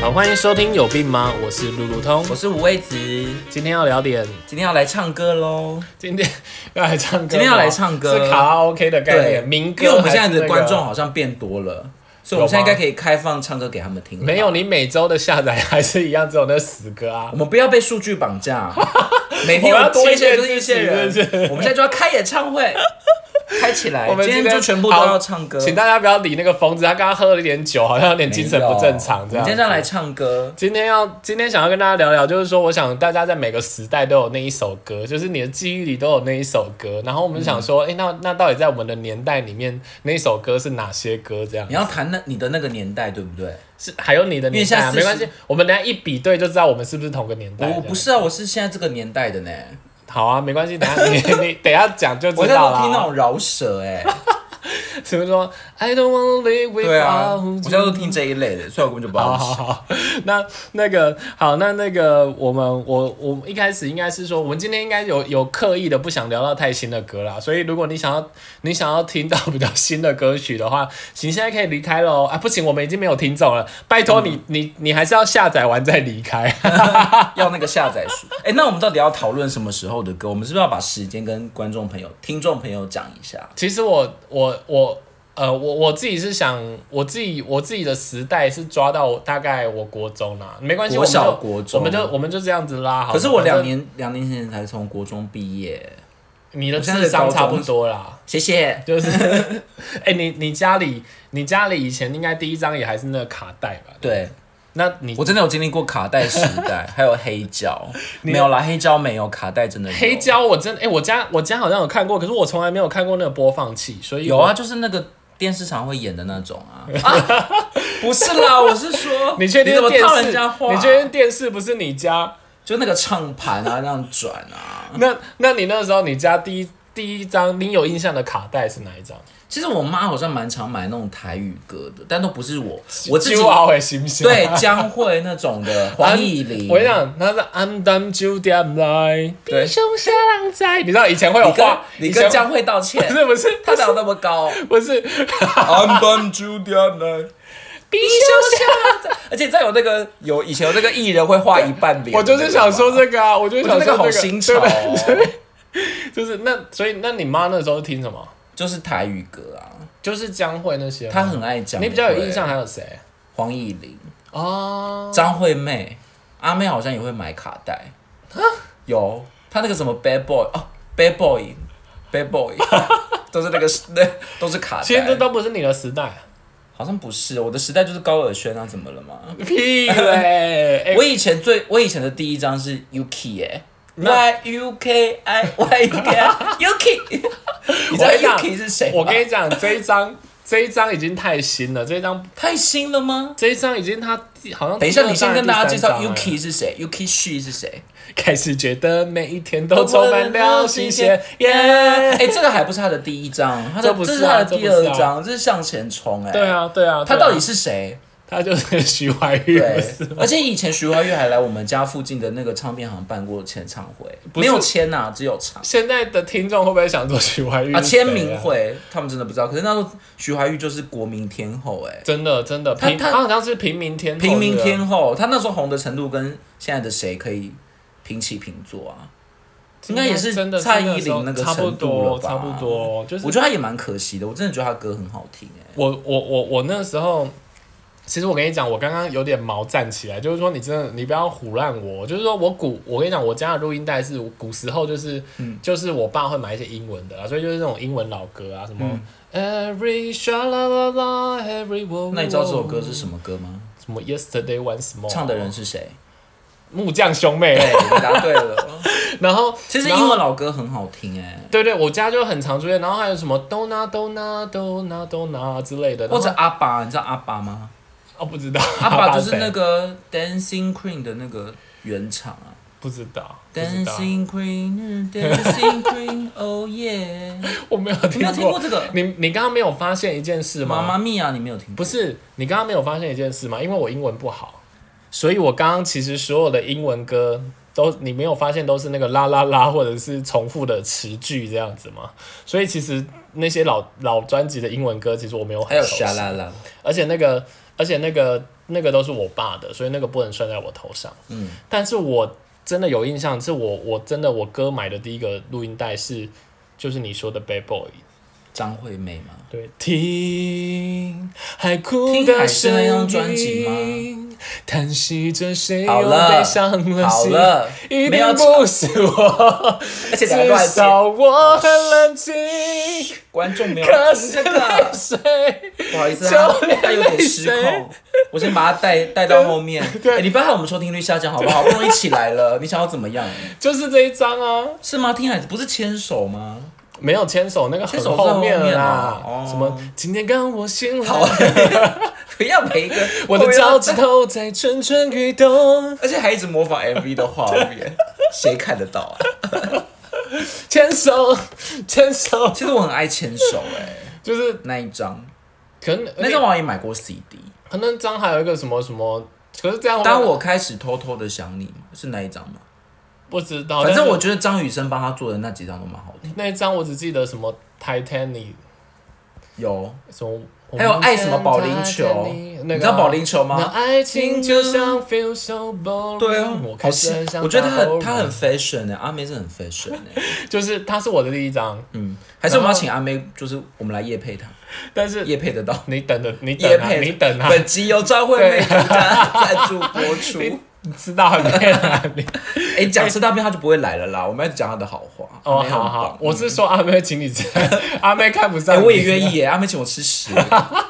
好，欢迎收听《有病吗》，我是路路通，我是五味子，今天要聊点，今天要来唱歌喽。今天 要来唱歌吗，今天要来唱歌是卡拉 OK 的概念，民歌因为我还们是现在的那个观众好像变多了，所以我们现在应该可以开放唱歌给他们听了吧没有，，你每周的下载还是一样，只有那死歌啊我。们不要被数据绑 架。每天我们我要多多一一些些就是一些人支持是不是，我们现在就要开演 唱会，开起来。我们今天就全部都要唱歌好。请大家不要理那个疯子，他刚刚喝了一点酒，好像有点精神不正常这我们样。今天要来唱歌，今天要今天想要跟大家聊聊，就是说，我想大家在每个时代都有那一首歌，就是你的记忆里都有那一首歌。然后我们想嗯说，哎、那那到底在我们的年代里面，那一首歌是哪些歌？这样你要谈那你的那个年代对不对？是还有你的年代、啊，因为现在40没关系，我们等一下一比对就知道我们是不是同个年代。我我不，是啊，我是现在这个年代的呢。好啊，没关系，等一下你你等一下讲就我知在道听那了。种饶舌哎，什么说 I don't wanna live 对啊， without 我 you 现在都听这一类的，所以我根本就不知道好是谁好好，那那个好，那那个我们我我们一开始应该是说，我们今天应该有有刻意的不想聊到太新的歌啦，所以如果你想要 你想要听到比较新的歌曲的话，请现在可以离开喽啊！不行，我们已经没有听众了，拜托你、嗯你你还是要下载完再离开。 要那个下载数。哎、那我们到底要讨论什么时候的歌？我们是不是要把时间跟观众朋友、听众朋友讲一下？其实我我我呃我我自己是想我自己我自己的时代是抓到大概我国中啦，没关系，国小我们就国中我们就我们就这样子拉好了。可是我反两正年两年前才从国中毕业，你的我现在智是商高差不中多 啦。谢谢。就是，哎、你你家里你家里以前应该第一张也还是那个卡带吧？对那你我真的有经历过卡带时 代，还有黑胶，没有啦，黑胶没有，卡带真的有黑胶我真哎、我家我家好像有看过，可是我从来没有看过那个播放器，所以有啊，。就是那个。电视常会演的那种啊， 啊不是啦，我是说， 你确定怎么电套视？人家话？啊你确定电视不是你家？就那个唱盘啊，那样转啊， 那那你那时候你家第一第一张你有印象的卡带是哪一张？其实我妈好像蛮常买那种台语歌的，但都不是我，我自己九号的心声。 对江蕙那种的黄以 玲，我跟你讲，他是 I'm done 九点来，对比熊下浪在。你知道以前会有你跟话，你以前跟江蕙道歉不，是不是，她长那么高不 是， ，I'm from 九点来，比而且再有那个有以前有那个艺人会画一半脸，我就是想说这个啊，我就是我想觉得说那个好这新潮、哦，就是那所以那你妈那时候听什么？就是台语歌啊，就是江蕙那些吗，她很爱讲，你比较有印象还有谁？黄以玲、哦，张惠妹、阿妹好像也会买卡带，有她那个什么 Bad Boy 哦，Bad Boy Bad Boy 都是那个那都是卡带，其实这都不是你的时 代，啊好像不是，我的时代就是高尔宣啊，怎么了吗？屁 嘞！哎我以前最我以前的第一张是 Yuki 哎、那 y U K I Y U K I Yuki，你知我道跟你讲 Yuki 是谁吗？啊我跟你讲，这一张这一张已经太新了，这一张太新了吗？这一张已经他好像等一第下，二你先张跟大家介绍还是第三张哎 Yuki 是谁，Yuki She 是谁？开始觉得每一天都充满了新鲜，耶！哎、这个还不是他的第一张，他的这不是啊是他的这不第是啊二张，这是向前冲哎、对，啊，对啊，他对啊到底是谁？他就是徐怀钰，不对是，而且以前徐怀钰还来我们家附近的那个唱片行办过签唱会，不没是有签呐、只有唱。现在的听众会不会想做徐怀钰啊，是谁签名会，他们真的不知道。可是那时候徐怀钰就是国民天后、哎，真的真的他平，他他好像是平民天后，平民对不对天后，她那时候红的程度跟现在的谁可以平起平坐啊？应该也是真的蔡依林那那个时候差不程度多了吧？差不。多，就是我觉得她也蛮可惜的，我真的觉得她歌很好听、哎，我我我我那时候，其实我跟你讲，我刚刚有点毛站起来，就是说你真的你不要唬烂我，就是说我古我跟你讲，我家的录音带是古时候就是、嗯就是我爸会买一些英文的啦，啊所以就是那种英文老歌啊，什么、Every sha la la la Every wo，嗯那你知道这首歌是什么歌吗？什么 Yesterday Once More 唱的人是谁？木匠兄妹，对，你答对了。然后 其实然后英文老歌很好听、哎，对对，我家就很常出现，然后还有什么 Dona Dona Dona Dona 之类的，或者然后阿爸，你知道阿爸吗？哦不知道，阿爸就是个那个 Dancing Queen 的那个原唱啊。不知道，不知道， Dancing Queen, Dancing Queen, oh yeah！我没有你听没有听过这个？你你刚刚没有发现一件事妈吗？妈咪啊呀，你没有听过？不，是，你刚刚没有发现一件事吗？因为我英文不好，所以我刚刚其实所有的英文歌都你没有发现都是那个啦啦啦或者是重复的词句这样子吗？所以其实那些老老专辑的英文歌，其实我没有很还有熟悉沙，啦啦，而且那个而且那个那个都是我爸的，所以那个不能算在我头上。嗯，但是我真的有印象，是我我真的我哥买的第一个录音带是，就是你说的《Bad Boy》。张惠妹吗？对，听海哭听的海是声那张音，专辑吗叹息着谁好又了悲伤了好心，了一没有定不是我，而且两个都还至接，少我很冷静。观众没有可听是这泪个，水，不好意思，就他他有点失控，我先把他带带到后面。对哎你不要害我们收听率下降好不好？ 好不容易起来了，你想要怎么样？就是这一张啊，是吗？听海不是牵手吗？没有牵手，那个牵很手是后面后面啦啊。哦什么？今天跟我醒好 来，， 不要每一 个我的脚趾，头在蠢蠢欲动，而且还一直模仿 MV 的画面， 谁看得到啊？牵手，牵手，其实我很爱牵手哎、就是那一张，可能那张我也买过 CD。可能张还有一个什么什么，可是这样当我开始偷偷的想你，是那一张吗？不知道，反但正是我觉得张雨生帮他做的那几张都蛮好听。那一张我只记得什么 Titanic 有，什么，还有哎爱什么保龄球我们在 Titanic，那个啊你知道保龄球吗那爱情就像 feel so boring，对啊，我好开始像很想我觉得他打很他 Orange 很 fashion 欸呢、阿妹是很 fashion 呢、 就是他是我的第一张，嗯，还是我们然后要请阿妹，就是我们来夜配她，但是夜配得到，你等着，你夜等啊，配你等啊，本集由张惠妹对独家赞助播出。你你知道很骗哪 里？哎，讲吃大便他就不会来了啦，我们要讲他的好话。哦阿，妹很好棒好，我是说阿妹请你吃，阿妹看不哎，上你，我也愿意耶，阿妹请我吃屎，很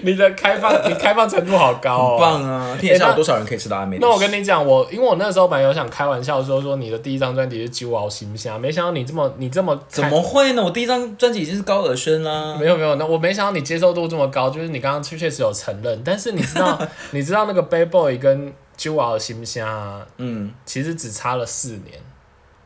你的开放，你开放程度好高哦，棒啊！天底 哎下那有多少人可以吃到阿妹的屎？那我跟你讲，我因为我那时候本来有想开玩笑说说你的第一张专辑是《九敖行侠》，没想到你这么你这么怎么会呢？我第一张专辑已经是高尔宣啦看。没有没有，那我没想到你接受度这么高，就是你刚刚确确实有承认，但是你知道 你知道那个《Bad Boy》跟《九敖行侠》嗯，其实只差了四年，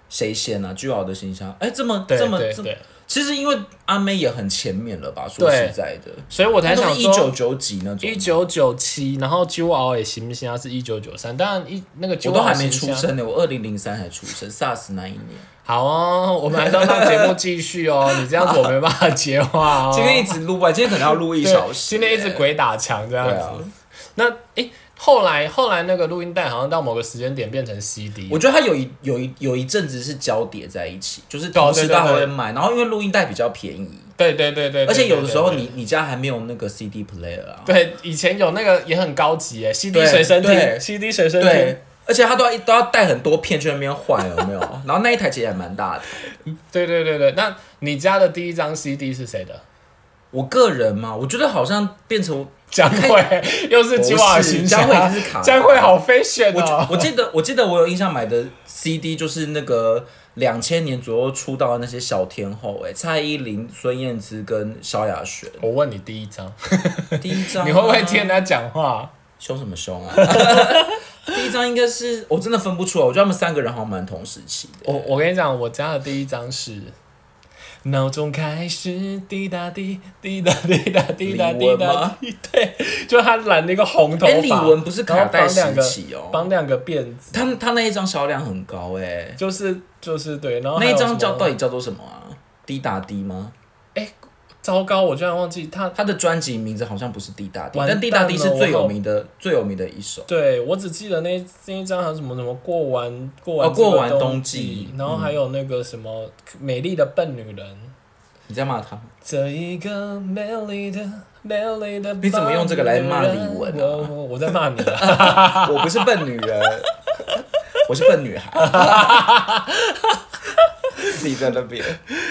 谁先啊？巨好的形象，哎，这么对这么对这么，对，其实因为阿妹也很前面了吧？说实在的，所以我才她想都是一九说。九几那种，一九九七，然后《九敖也行侠》是一九九三，当然一那个我九都敖还没行出侠。生呢，我二零零三才出生，SARS 那一年，好哦，我们还是要让节目继续哦，你这样子我没办法接话 哦。今天一直录吧，今天可能要录一对，小时，今天一直鬼打墙这样对子。啊。那诶、后来后来那个录音带好像到某个时间点变成 CD，我觉得它有一有一有一阵子是交叠在一起，就是同时对对对大家会买，然后因为录音带比较便宜，对对对对，而且有的时候对你你家还没有那个 CD player 啊，对对以前有那个也很高级诶，CD 对随身对听，CD 随身听，对，而且他都要都要带很多片去那边换，有没有？然后那一台其实也蛮大的。对对对对。那你家的第一张 CD 是谁的？我个人嘛，我觉得好像变成江 蕙，又是吉瓦尔新江蕙已经是卡江蕙好 fashion 我哦。我记得我记得我有印象买的 CD 就是那个两千年左右出道的那些小天后、哎，蔡依林、孙燕姿跟萧亚轩。我问你第一 张，第一张 啊、你会不会听人家讲话？ 凶什么凶啊？ 第一张应该是我真的分不出来，我觉得他们三个人好像蛮同时期的。我我跟你讲，我家的第一张是。闹钟开始滴答滴滴答滴答滴答李滴玟答吗滴，对，就他染了一个红头哎、发，李玟不是卡带时然后绑两个期哦、绑两个辫子，他他那一张销量很高哎、就是就是对，然后还那有一什张么叫到底叫做什么啊？滴答滴吗？糟糕，我居然忘记他，他的专辑名字好像不是滴答滴，完蛋但了滴答滴是最有名的最有名的一首。对我只记得那那一张还有什么什么过完过完哦过完这个冬冬季然后还有那个什么美丽的笨女人，你在骂他吗？这一个美丽的美丽的，你怎么用这个来骂李玟啊我我我在骂你 啊。我不是笨女人，我是笨 女孩。自己在那边，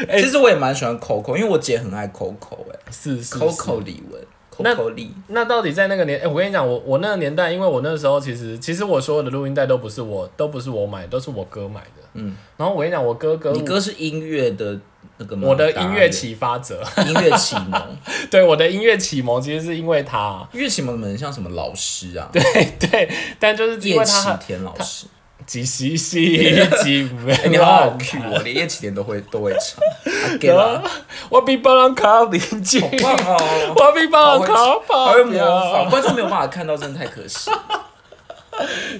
哎其实我也蛮喜欢 Coco，因为我姐很爱 Coco 哎、是是 c o c o 李玟那，Coco 李，那到底在那个年？哎、我跟你讲，我我那个年代，因为我那时候其实其实我所有的录音带都不是我都不是我买，都是我哥买的。嗯，然后我跟你讲，我哥跟你哥是音乐的那个吗我的音乐启发者， 达人音乐启蒙，对我的音乐启蒙其实是因为他， 音乐启蒙很像什么老师啊？对对，但就是因叶为启他田老师，几 西西几没哎、你好好 Q 我，连叶启田都会都会 唱，啊给啦，我比巴朗卡邻居，棒哦。 我比巴朗卡还跑会模掉。仿，观众没有办法看到，真的太可 惜。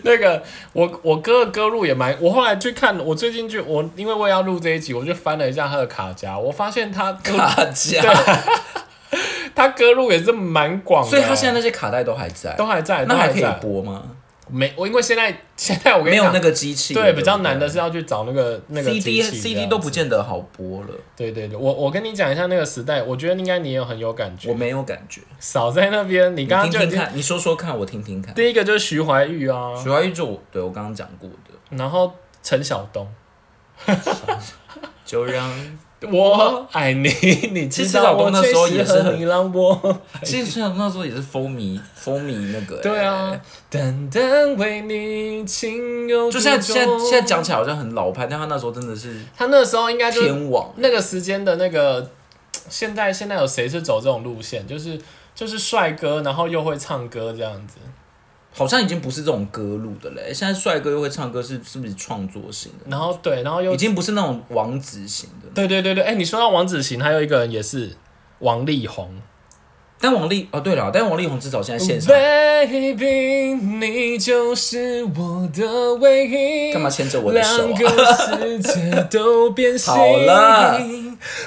那个我我哥的歌路也蛮，我后来去看，我最近去我因为我也要 录这一集，我就翻了一下他的卡夹，我发现他歌卡夹，他歌路也是蛮广的，所以他现在那些卡带都还在，啊都还在，那还可都以在播吗？没我，因为现在现在我跟没你有讲，那个机器了，对不比较难的是要去找那个那个机 CD 器 CD 的都不见得好播了，对对对，我我跟你讲一下那个时代，我觉得应该你也有很有感我觉。没有感觉。少在那边，你你刚刚就听已听经看，你说说看，我听听看。第一个就是徐怀钰啊，徐怀钰就我对我刚刚讲过的，然后陈晓东，就让 我爱你， 你其实知道老公我那最时候适也是合很你让我其实像那时候也是风靡风靡那个、欸对啊，单单为你情有就现在独钟现在现在讲起来好像很老派，但他那时候真的是他那时候应该就是天王，那个时间的那个，现在现在有谁是走这种路线？就是就是帅哥，然后又会唱歌这样子。好像已经不是这种歌路的嘞、现在帅哥又会唱歌是是不是创作型的？然后对，然后又已经不是那种王子型的。对对对对，哎、你说到王子行，还有一个人也是王力宏。但王力哦，对了，但王力宏至少现在线上 Baby，你就是我的唯一。干嘛牵着我的手两啊？个世界都变形。 好了，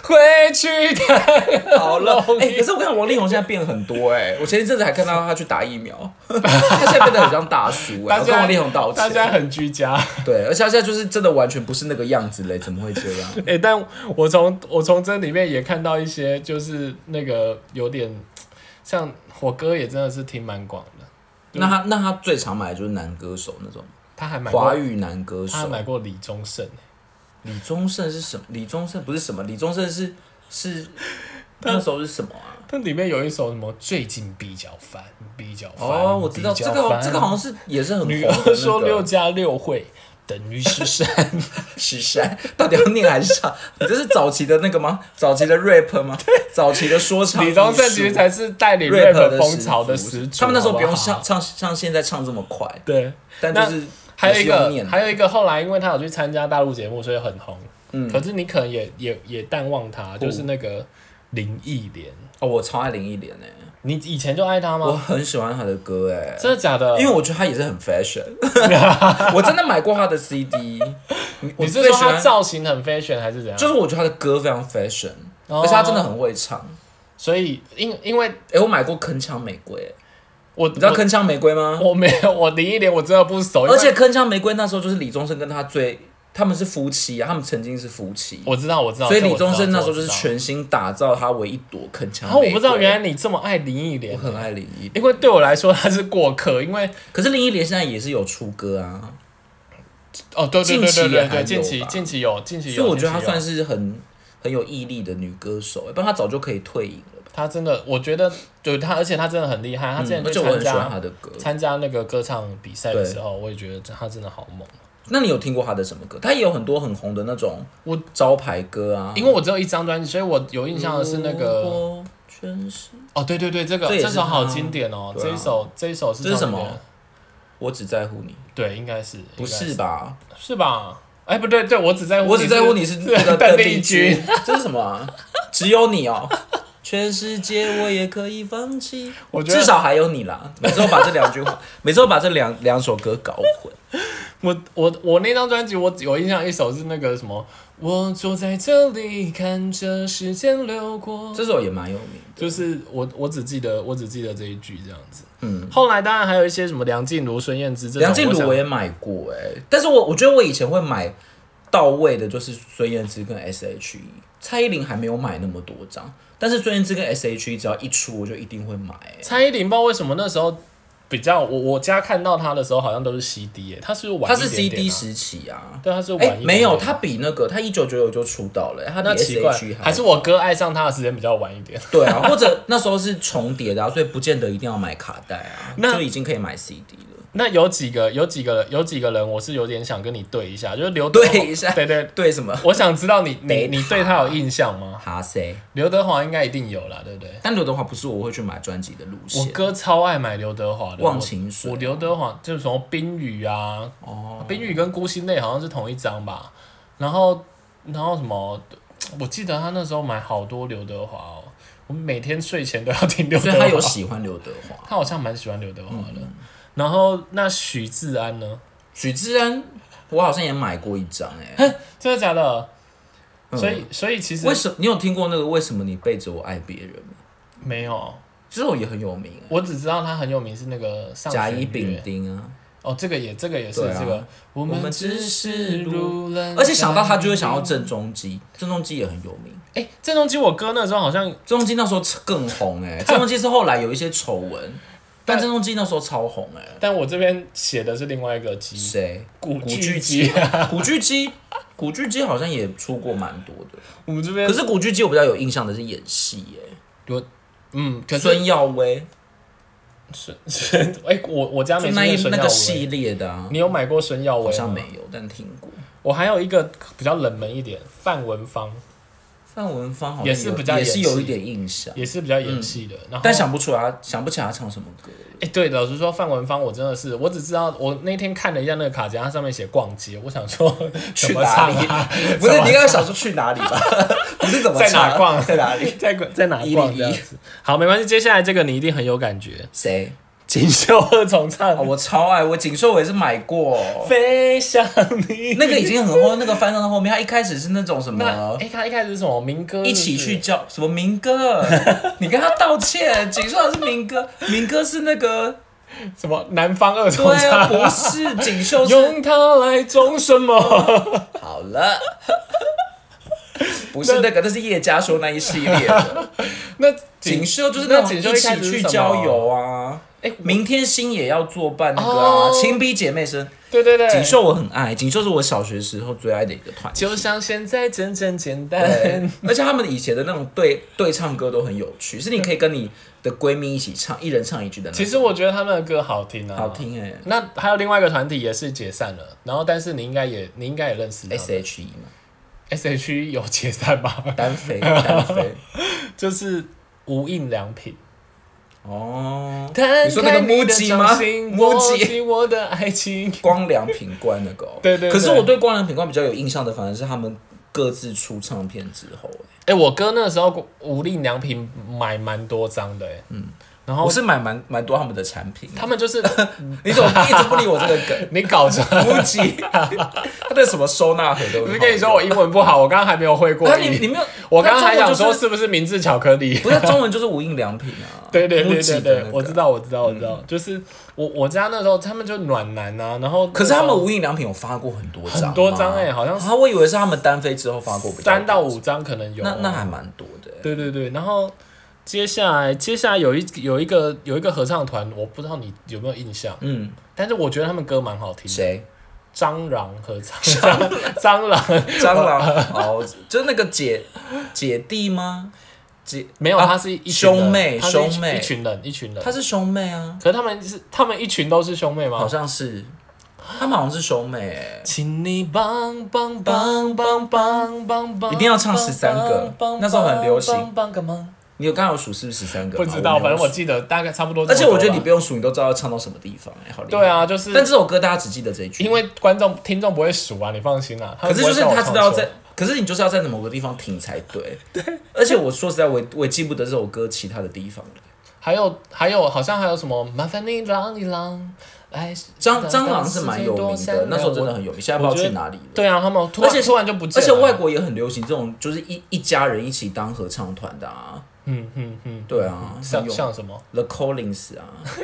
回去的。好了，哎、力可是我跟你讲，王力宏现在变很多哎、我前一阵子还看到他去打疫 苗，他现在变得很像大叔哎、大我跟家王力宏道大家歉。很居家。 对，而且他现在就是真的完全不是那个样子嘞，怎么会这样？ 哎、但我从我从这里面也看到一些，就是那个有点像我哥也真的是听蛮广的，那他那他最常买的就是男歌手那种他还买华过，语男歌他还手，买过李宗盛、欸李宗盛是什么？李宗盛不是什么？李宗盛是是那时候是什么啊？它里面有一首什么最近比较烦，比较烦。哦，我知道比这较个好烦这 个好像是也是很红的女那儿个。说六加六会等于十三， 十三到底要念还是唱？ 你这是早期的那个吗？早期的 rap 吗？早期的说唱艺术？李宗盛其实才是带领 rap rap 的风潮的始始祖。祖他们那时候好不好用像唱像现在唱这么快，对，但就是还有一也是用个念的还有一个后来因为他有去参加大陆节目，所以很红。嗯，可是你可能也也也淡忘他，就是那个林忆莲。哦，我超爱林忆莲哎，你以前就爱他我吗？很喜欢她的歌哎。真的假的？因为我觉得她也是很 fashion，我真的买过她的 CD，我你是最说喜他欢造型很 fashion 还是怎样？就是我觉得她的歌非常 fashion，哦而且她真的很会唱。所以因因为哎，我买过铿锵玫瑰，欸我你知道铿锵玫瑰吗？我我没有我林忆莲我真的不熟，因为而且铿锵玫瑰那时候就是李宗盛跟他最，他们是夫妻啊，他们曾经是夫妻，我知道，我知道。所以这李我知道宗盛那时这我候就是知道全心打造他为一朵铿锵。哦然后我不知道，原来你这么爱林忆我莲，很爱林忆莲，因为对我来说她是过客，因为可是林忆莲现在也是有出歌啊，哦，对对近对期对也对还有对，近期吧近期有近期有，所以我觉得她近期有算是很很有毅力的女歌手，欸不然她早就可以退隐了吧。她真的，我觉得对她，而且她真的很厉害，她之前嗯而去且我很参喜欢她加的歌。参加那个歌唱比赛的对时候，我也觉得她真的好猛。那你有听过她的什么歌？她也有很多很红的那种我招牌歌啊，因为我只有一张专辑，所以我有印象的是那个如果全是哦，对对对，这个这也是这首好她经典哦，对啊这一首这一首是这是唱什那个么？我只在乎你，对，应该是不应该是吧？是吧？哎，不对，对我只在乎我只在乎你是 那个邓丽君君，，这是什么啊、只有你哦，全世界我也可以放弃，我觉得至少还有你啦。每次我把这两句话，每次我把这两两首歌搞混。我我我那张专辑，我有印象一首是那个什么，我坐在这里看着时间流过，这首也蛮有名的，就是我我只记得我只记得这一句这样子。嗯，后来当然还有一些什么梁静茹、孙燕姿这种，梁静茹我我想也买过哎、但是我我觉得我以前会买到位的，就是孙燕姿跟 S.H.E，蔡依林还没有买那么多张，但是孙燕姿跟 S.H.E 只要一出，我就一定会买、欸。蔡依林，不知道为什么那时候比较，我我家看到她的时候好像都是 CD 耶、她是不晚她是一点点 CD 啊时期啊，对，她是晚哎、一点点没有，她比那个她一九九九就出道了、欸，她比那奇怪 S.H.E，还是我哥爱上她的时间比较晚一点。 对啊， 或者那时候是重叠的、啊，所以不见得一定要买卡带啊，那就已经可以买 CD 了。那有几个有几个有几个人，我是有点想跟你对一下，就是刘德对一下对对对什么？我想知道你你北你对他有印象吗？哈谁？刘德华应该一定有啦，对不对？但刘德华不是我会去买专辑的路我线。哥超爱买刘德华的，忘情水我我刘德华就是什么冰雨啊，啊哦，冰雨跟孤星泪好像是同一张吧。然后然后什么，我记得他那时候买好多刘德华哦，我每天睡前都要听刘德所华。以他有嗯喜欢刘德华。他好像蛮喜欢刘德华的。然后那许志安呢？许志安，我好像也买过一张哎、真的假的？嗯所以所以其实为什你有听过那个为什么你背着我爱别人吗？没有，之后也很有名、啊我只知道他很有名是那个上甲弦乙乐丙丁啊，哦，这个也这个也是对啊这个，我们只是路人而且想到他就会想到郑中基，郑中基也很有名。哎，郑中基我哥那时候好像郑中基那时候更红 哎、郑中基是后来有一些丑闻，但郑中基那时候超红哎、但我这边写的是另外一个鸡，谁？古古巨巨基啊 基，古巨基，古巨基好像也出过蛮多的。我们这边可是古巨基我比较有印象的是演戏耶、我嗯，可是孙耀威孙孙哎，我我家就没那一出现那孙耀威，个系列的啊，你有买过孙耀威好吗？像没有，但听过。我还有一个比较冷门一点，范文芳范文芳好像也是有比较也是演戏有一点印象，也是比较演戏的，然后嗯但想不出来他，想不起来他唱什么歌了。哎、对，老实说，范文芳我真的是，我只知道我那天看了一下那个卡夹，它上面写逛街，我想 说怎去么哪唱里？啊？ 不是你应该想说去哪里吧？ 不是怎么在哪唱逛在哪里？在在哪逛一零一这样子？好，没关系，接下来这个你一定很有感觉， 谁？锦绣二重唱，哦我超爱，我锦绣我也是买过。哦飞向你。 那个已经很后，那个翻到后面，他一开始是那种什那么哎，他一开始是什么民歌？一起去叫什么民歌， 你跟他道歉，锦绣是民歌，民歌是 那个什么南方二重对啊，唱？不是锦绣是用它来种什么？ 好了。不是那个，那是叶家说那一系列的那 锦绣，就是那那种锦一绣一开起始是去什么郊游啊。哎，明天星也要作伴那个啊，哦情比姐妹声。对对对，锦绣我很爱，锦绣是我小学时候最爱的一个团体。就像现在真正简对单。，而且他们以前的那种对对唱歌都很有趣，是你可以跟你的闺蜜一起唱，一人唱一句的那种。其实我觉得他们的歌好听啊，好。听哎、那还有另外一个团体也是解散了，然后但是你应该也你应该也认识 S H E 嘛， S H E 有解散 吗？单飞 单飞就是无印良品。哦。你说那个 Muji 吗摸 Muji 进我的爱情。光良品冠那个、哦，对对对可是我对光良品冠比较有印象的，反而是他们各自出唱片之后、欸，哎、我哥那时候无印良品买蛮多张的、哎，嗯，然后我是买蛮蛮多他们的产品。他们就是？你怎么一直不理我这个梗 你搞什么？估计他的什么收纳盒都不很是好跟你说 我英文不好，我刚刚还没有会过啊，你你音。没有，我刚刚还想他中说文就是不是明治巧克力？，不是中文就是无印良品 啊对对对 MUJI 对的对那，个嗯我知。道我知道我知道，就是我我家那时候他们就暖男啊，然后可是他们无印良品有发过很多张吗，很多张欸好像是啊，我以为是他们单飞之后发过比较多三到，五张可能有，啊那那还蛮多的欸。对对对，然后接下来接下来有一有一个有一个合唱团，我不知道你有没有印象，嗯，但是我觉得他们歌蛮好听的，谁？蟑螂合唱，蟑螂蟑螂 哦，就那个姐姐弟吗？姐没有，啊他是一群人兄妹他是一群兄妹一群人一群人，她是兄妹啊，可是他们是他们一群都是兄妹吗好？像是，他们好像是兄妹欸。请你帮帮帮帮帮帮帮，一定要唱13个那时候很流行帮帮个忙，你有刚刚有数是不是十三个吗？哦不知道，没反有正我数记得大概差不多这而么且多吧。我觉得你不用数，你都知道要唱到什么地方欸，好厉害。对，啊，就是，但这首歌大家只记得这一句，因为观众听众不会数啊，你放心啦、他可们是不会就是叫我他知道唱在错，可是你就是要在某个地方停才 对。对，而且我说实在，我也我也记不得这首歌其他的地方。还有还有，好像还有什么麻烦你让一让，哎，蟑蟑螂是蛮有名时间多的，那时候真的我很有名，现在不知道去哪里了。对啊，他们突然而且突然就不而见了，且外国也很流行这种，就是一一家人一起当合唱团的啊。嗯嗯嗯，对啊，很像有像什么？ The Collins 啊，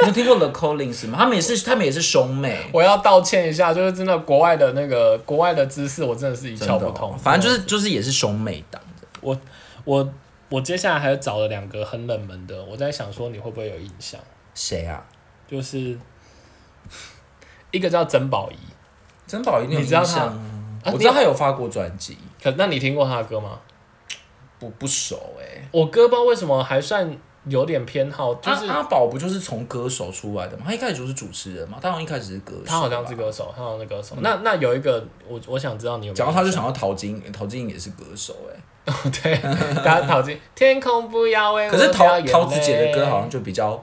你有听过 The Collins 吗？他们也是，他们也是兄妹，我要道歉一下，就是真的国外的那个国外的知识，我真的是一真窍不的哦通。。反正就是就是也是兄妹档的。我我我接下来还找了两个很冷门的，我在想说你会不会有印象，谁啊？就是一个叫曾宝仪，珍宝一定有你知道印他象啊，啊我知道他有发过专辑，可那你听过他的歌吗？不不熟哎、我哥不知道为什么还算有点偏好，就阿是阿宝不就是从歌手出来的吗？他一开始就是主持人嘛，他好像一开始是歌手吧。他好像是歌手，他好像是歌手。那那有一个我我想知道你有没有讲到他就想到陶晶莹，陶晶莹也是歌手哎、 对，大家陶 晶天空不要为我可是掉陶眼泪陶子姐的歌好像就比较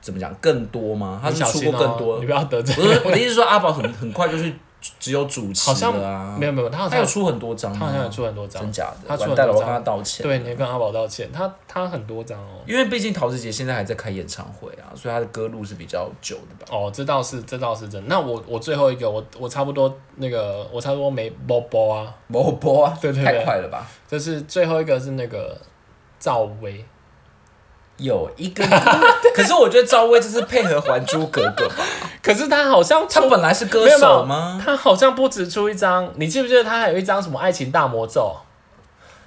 怎么讲更多吗？她你是小出心过哦更多，你不要得罪不。是我的意思是说阿宝很很快就是只有主持好像了啊，没有没有，他好他像有出很多张啊，他好像有出很多张，真假他的，出完很蛋了，多我跟他张。道歉。对，你跟阿宝道歉，他他很多张哦。因为毕竟陶子姐现在还在开演唱会啊，所以她的歌路是比较久的吧。哦，这倒是这倒是真的。那我我最后一个，我我差不多那个，我差不多没波波啊，某波啊，对对对太快了吧？就是最后一个是那个赵薇，有一个， 可是我觉得赵薇这是配合《还珠格格》 吧？可是他好像她出本来是歌没有没手有吗？他好像不止出一张，你记不记得他还有一张什么《爱情大魔咒》？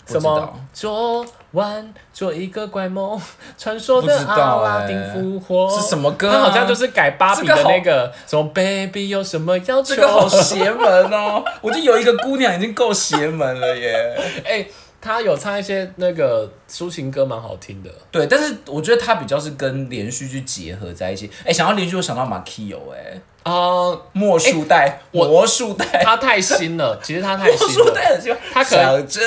不什知道么？昨晚做一个怪梦，传说不的知道阿拉欸丁复活是什么歌啊他好像就是改芭比的这个好那个什么 Baby 有什么要求？这个好邪门哦！我觉得有一个姑娘已经够邪门了耶。哎、他有唱一些那个抒情歌，蛮好听的。对，但是我觉得她比较是跟连续剧结合在一起。哎、想到连续，我想到马 k i o 哎，哦，魔术带，我魔术带，他太新哎了，其实他太魔新术了，带很喜欢。她可能想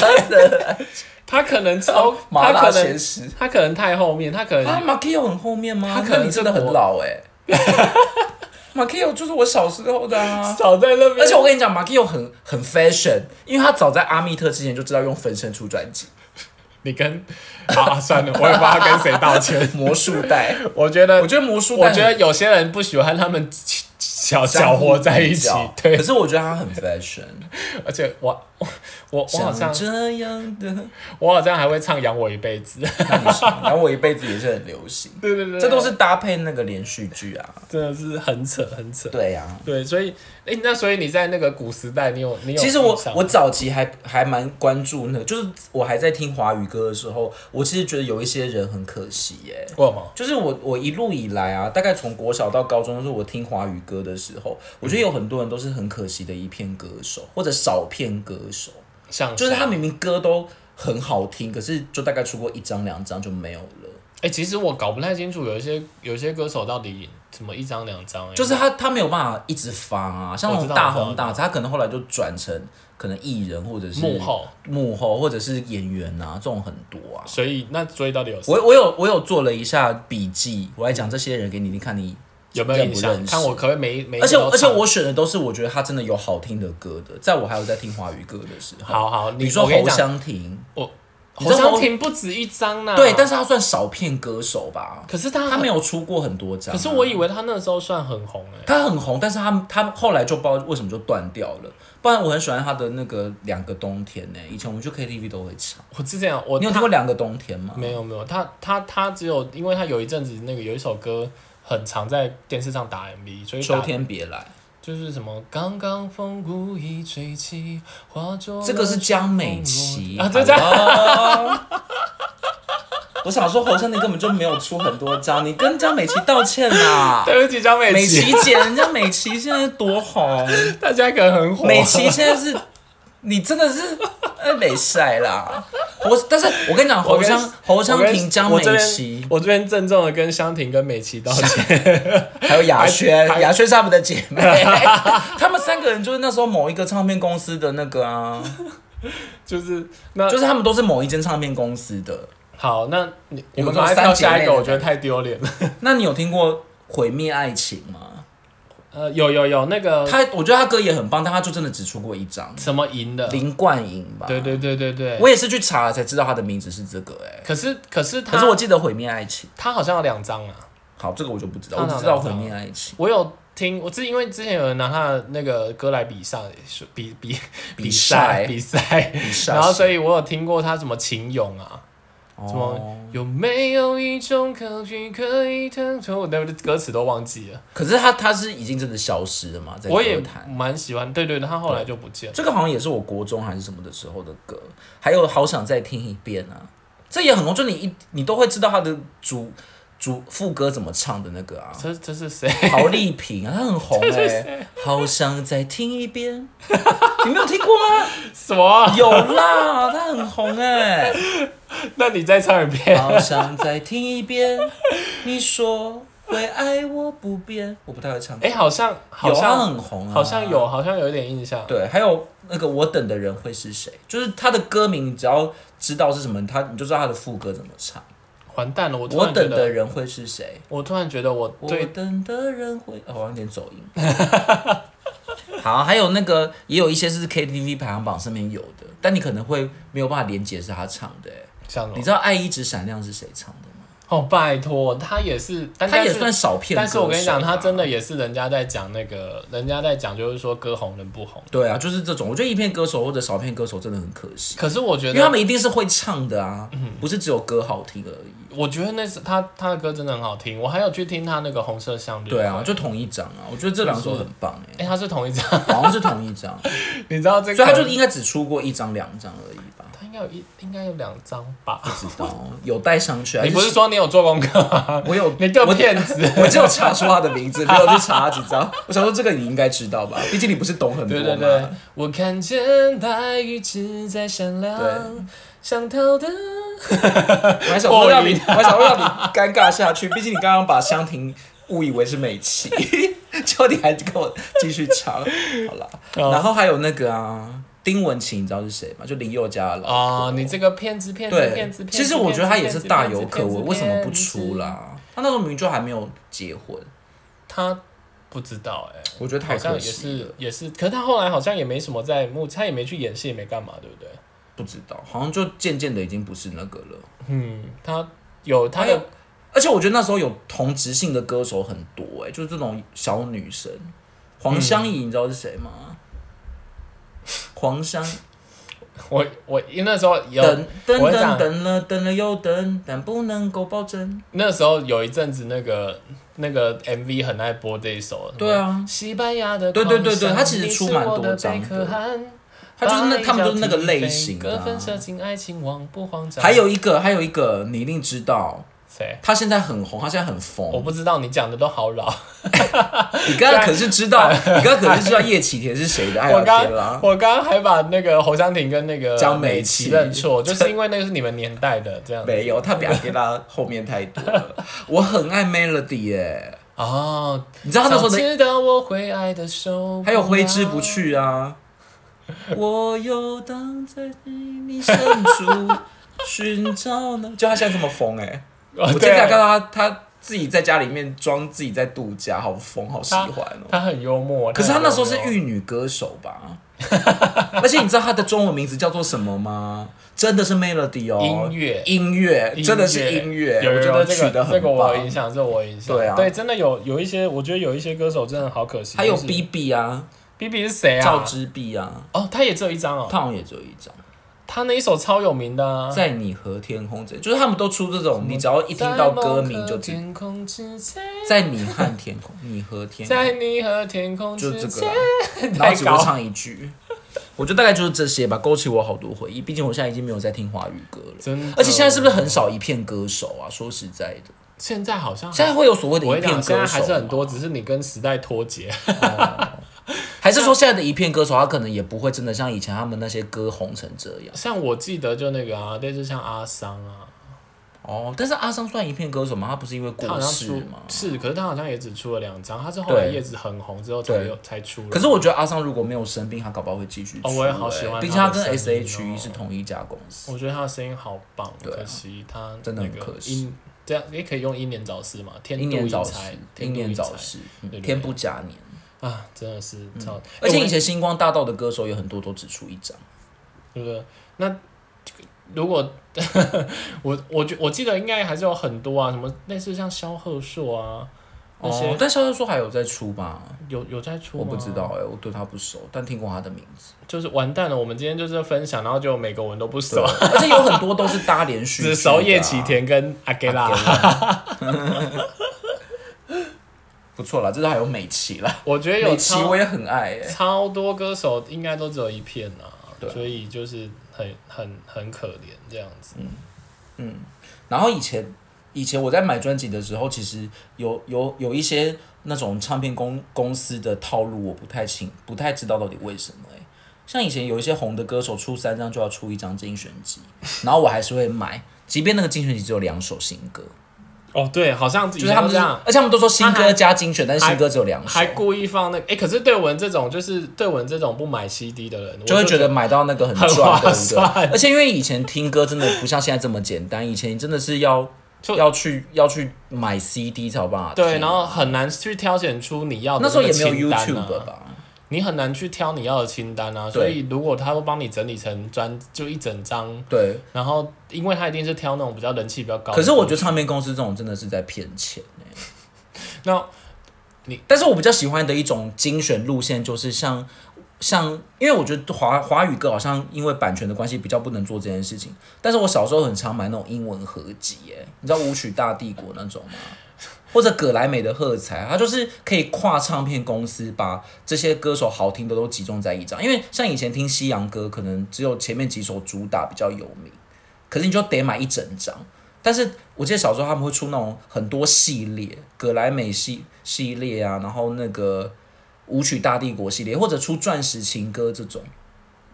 这样的， 他可能超，麻他辣可鲜能食。他可能太后面，他可啊能马 k i o 很后面吗？她可能那你真的很是国老哎。 马 k i o 就是我小时候的啊。少在那边。而且我跟你讲，马 k i o 很很 fashion，因为他早在阿密特之前就知道用分身出专辑，你跟 啊算了，我也不知道跟谁道歉。魔术带。我觉得， 我觉得魔术带我很觉得有些人不喜欢他们搅搅和在一起相互比，较对可。是我觉得他很 fashion，而且我 我我我好像这样的，我好像还会唱养我一辈子，那你是然后我一辈子也是很流行，对对对，这都是搭配那个连续剧啊。真的是很扯很扯。对呀、对，所以哎、那所以你在那个古时代，你有你有其实我欣赏我早期还还蛮关注那个，就是我还在听华语歌的时候，我其实觉得有一些人很可惜耶、我有吗？就是我我一路以来啊，大概从国小到高中，就是我听华语歌的时候，我觉得有很多人都是很可惜的一片歌手，或者少片歌手。像就是谁他明明歌都很好听，可是就大概出过一张两张就没有了。哎、其实我搞不太清楚，有一些有一些歌手到底怎么一张两张、欸，就是他他没有办法一直发啊，像那我种知道大我红知道大紫，他可能后来就转成可能艺人或者是幕后幕后或者是演员啊，这种很多啊。所以那所以到底有谁我我有我有做了一下笔记，我还讲这些人给你，你看你有没有认印不象？认识看我可不可以每每一而且个都而且唱我选的都是我觉得他真的有好听的歌的，在我还有在听华语歌的时候，好好，你比如说我跟你侯讲，啊湘婷，我你侯知道湘侯婷不止一张呢、对，但是他算少片歌手吧，可是他他没有出过很多张啊、可是我以为他那时候算很红哎、他很红，但是他他后来就不知道为什么就断掉了。不然我很喜欢他的那个《两个冬天》呢，以前我们去 KTV 都会唱。我之前我你有听他过《两个冬天》吗？没有没有他他他只有因为他有一阵子那个有一首歌很常在电视上打 MV，所以秋打天别来，就是什么刚刚风故意吹起，化作这个是江美琪啊，这张。Hello 我想说，侯湘婷根本就没有出很多张，你跟江美琪道歉啦对不起江美美琪，琪姐，人家美琪现在多红，大家可能很火。美琪现在是，你真的是呃美晒啦。侯，但是我跟你讲，我侯跟湘侯湘我跟婷、江我美这边琪，我这边郑重的跟湘婷跟美琪道歉。还有雅轩，还雅轩是他们的姐 妹，他们三个人就是那时候某一个唱片公司的那个啊，就是那就是他们都是某一间唱片公司的。好，那你我有们这赶快种跳三姐妹下一个，的我觉得太丢脸了。那你有听过《毁灭爱情》吗？呃，有有有那个他，我觉得他歌也很棒，但他就真的只出过一张，什么银的，林冠颖吧？对，对对对对。我也是去查了才知道他的名字是这个哎、可是可是他可是我记得《毁灭爱情》，他好像有两张啊，好，这个我就不知道，他我哪只知道《两毁张灭爱情》。我有听，我是因为之前有人拿他的那个歌来比赛，是比比比赛赛比 赛，是啊然后所是以我有听过他什么秦勇啊，什哦么有没有一种抗拒可以腾出，我那个歌词都忘记了，可是他他是已经真的消失了嘛，在我也歌坛。蛮喜欢，对对，他后来就不见了。，这个好像也是我国中还是什么的时候的歌，还有好想再听一遍啊，这也很红，就你一你都会知道它的主主副歌怎么唱的那个啊 这这是谁？陶丽萍啊，她很红 哎、好想再听一遍，你没有听过吗？ 什么？有啦，她很红哎、那你再唱一遍。 好想再听一遍，你说会爱我不变，我不太会唱，哎、好像好有啊，她像、很红啊，好像有，好像有一点印象。对，还有那个我等的人会是谁？就是他的歌名，你只要知道是什么，他你就知道他的副歌怎么唱。完蛋了，我突我然觉等的得，人会是谁？我突然觉得我我对等的人会，哦，好像有点 走音。好，还有那个也有一些是 KTV 排行榜上面有的，但你可能会没有办法连接是他唱的欸。像什么你知道《爱一直闪亮》是谁唱的吗？哦，拜托，他也是，但他也但是算少骗歌手吧。啊但是我跟你讲，他真的也是人家在讲那个，人家在讲就是说歌红人不红。对啊，就是这种。我觉得一片歌手或者少片歌手真的很可惜，可是我觉因为他得，们一定是会唱的啊，嗯不是只有歌好听而已。我觉得那是他他的歌真的很好听，我还有去听他那个红色相恋。对啊，，就同一张啊，我觉得这两首很棒 哎、哎、他是同一张， 好像是同一张，你知道这个？所以他就应该只出过一张两张而已 吧？他应该有一应该有两张吧？不知道有带上去啊？你不是还说你有做功课吗？我有 你个我骗子！ 我只有查出他的名字，没有去查他几张。我想说这个你应该知道吧，毕竟你不是懂很多 对嘛。对对，我看见白一直在闪对亮，想逃的。我还想说让我以你， 我还想说让你尴尬下去，毕竟你刚刚把香婷误以为是美琪， 结果你还跟我继续唱，好啦。然后还有那个啊，丁文琪，你知道是谁吗？就林宥嘉的老婆哦，你这个骗子骗子对骗子！骗子！其实我觉得他也是大有可骗子为，为什么不骗出？子骗子啦？他那时候明明就还没有结婚，他不知道哎、我觉得好太像可也惜了是。也是，可是他后来好像也没什么在幕，他也没去演戏，也没干嘛，对不对？不知道，好像就渐渐的已经不是那个了。嗯，他有他还有的，而且我觉得那时候有同质性的歌手很多、哎，就是这种小女生，黄湘嗯怡，你知道是谁吗？黄湘我我因为那时候有等等我想等等了等了又等，但不能够保证。那时候有一阵子那个那个 MV 很爱播这一首，对啊，西班牙的对狂对想，对对他其实出蛮多你是我的张贝克的汉他就是把那一他们脚就是那个踢类飞型的各啊、分射精爱情王不慌张。还有一个还有一个，你一定知道，谁？他现在很红，他现在很我疯。不知道，你讲的都好老。你刚刚可是知 道，你刚刚可是知道叶启田是谁 的爱我聊刚天啦。我刚刚还把那个侯湘婷跟那个江美美琪琪认 错，就是因为那个是你们年代的这样子。没有，他比阿给拉后面太多了。我很爱 Melody 耶、哦，你知道他那时候早的知道我会爱的手，还有挥之哦不。去啊。 我游荡在你深处，寻找呢。 就他现在这么疯哎、哦我今对天才啊看到他，他自己在家里面装自己在度假，好疯，好喜欢哦、他很幽默，可是他那时候是很幽默玉女歌手吧？ 而且你知道他的中文名字叫做什么吗？真的是 Melody 哦，音乐音乐，哦真的是音乐，有我觉有得有取这个得这很个我有印棒。象，这个我有印象。对啊对，真的有有一些，我觉得有一些歌手真的好可惜。还有就是 B B 啊， B B 是谁啊？赵之 B 啊，哦，他也只有一张哦，他好像也只有一张。他那一首超有名的啊。在你和天空之间，就是他们都出这种，你只要一听到歌名就知。天空之间，在你和天空，你和天空，在你和天空就之这个间啦，，然太后只会高。唱一句。我觉得大概就是这些吧，勾起我好多回忆。毕竟我现在已经没有在听华语歌了，真的，而且现在是不是很少一片歌手啊？说实在的，现在好像现在会有所谓的我跟一你片讲，歌手，现在还是很多，，只是你跟时代脱节。还是说现在的一片歌手，他可能也不会真的像以前他们那些歌红成这样。 像我记得就那个啊，类似像阿桑啊，哦，但是阿桑算一片歌手吗？他不是因为他过好像世出吗？是，可是他好像也只出了两张，他是后来对叶子很红之后才对有才出了。可是我觉得阿桑如果没有生病，他搞不好会继续出、哦我也好喜欢欸他毕竟他的跟声音 S.H.E 哦是同一家公司。我觉得他的声音好棒，对啊可惜他真的那很个可惜英这样也可以用英年早逝嘛，天妒英年英早逝才，，英天妒年英早才逝，嗯对对对天不假年。啊，真的是超。欸而且我以前星光大道的歌手有很多都只出一张，对不对？那如果 我我觉我记得应该还是有很多啊，什么类似像萧贺硕啊那些、啊哦，但肖秀说还有在出吧？有有在出我吗？不知，道哎、我对他不熟，但听过他的名字。就是完蛋了。我们今天就是分享，然后就每个文都不熟，而且有很多都是搭连 续剧的啊，只熟叶启田跟阿给阿拉。给拉。 不错啦，至少还有美琪啦，我觉得有美琪超我也很爱、欸。超多歌手应该都只有一片啊，对啊所以就是很很很可怜这样子。嗯然后以前以前我在买专辑的时候，其实有有有一些那种唱片公公司的套路，我不太清不太知道到底为什么、欸、像以前有一些红的歌手出三张就要出一张精选 集，然后我还是会买，即便那个精选集只有两首新歌，哦，对，好像就是他们这就是样。而且他们都说新他歌还加精选，但是新歌只有两首还，故意放那个，哎、可是对文这种就是对文这种不买 CD 的人，就我会觉得买到那个很赚，很划对不对算？而且因为以前听歌真的不像现在这么简单，以前真的是要就要去要去买 CD 才有办法听。啊对，然后很难去挑选出你要的那时候也没有那个清单啊 YouTube 吧？你很难去挑你要的清单啊。所以如果他都帮你整理成专就一整张，对，然后因为他一定是挑那种比较人气比较高的。可是我觉得唱片公司这种真的是在骗钱欸那但是我比较喜欢的一种精选路线就是像像，因为我觉得华华语歌好像因为版权的关系比较不能做这件事情。但是我小时候很常买那种英文合集，哎，你知道《舞曲大帝国》那种吗？或者葛莱美的《喝彩》，它就是可以跨唱片公司把这些歌手好听的都集中在一张。因为像以前听西洋歌，可能只有前面几首主打比较有名，可是你就得买一整张。但是我记得小时候他们会出那种很多系列，葛莱美系系列啊，然后那个舞曲大帝国系列，或者出钻石情歌这种，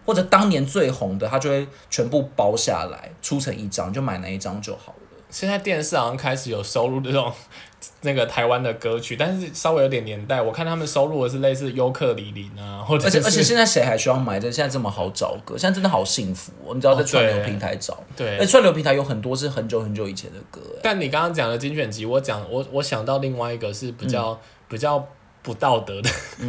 或者当年最红的，他就会全部包下来出成一张，就买那一张就好了。现在电视好像开始有收录这种 那个台湾的歌曲，但是稍微有点年代。我看他们收录的是类似尤克里里啊，或者而且是而且现在谁还需要买这？现在这么好找歌，现在真的好幸福哦、你只要在哦串流对平台找。对而且串流平台有很多是很久很久以前的歌，哎但你刚刚讲的精选集，我讲我我想到另外一个是比较、嗯比较不道德的，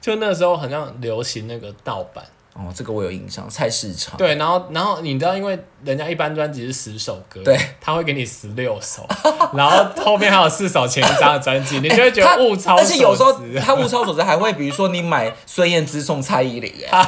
就那时候好像流行那个盗版，哦，这个我有印象，菜市场。对，然后然后你知道，因为人家一般专辑是十首歌，对，他会给你十六首， 然后后面还有四首前一张的专辑，你就会觉哎他得物超所而值，且有时候他物超所值，还会比如说你买孙燕姿送蔡依林， 哎，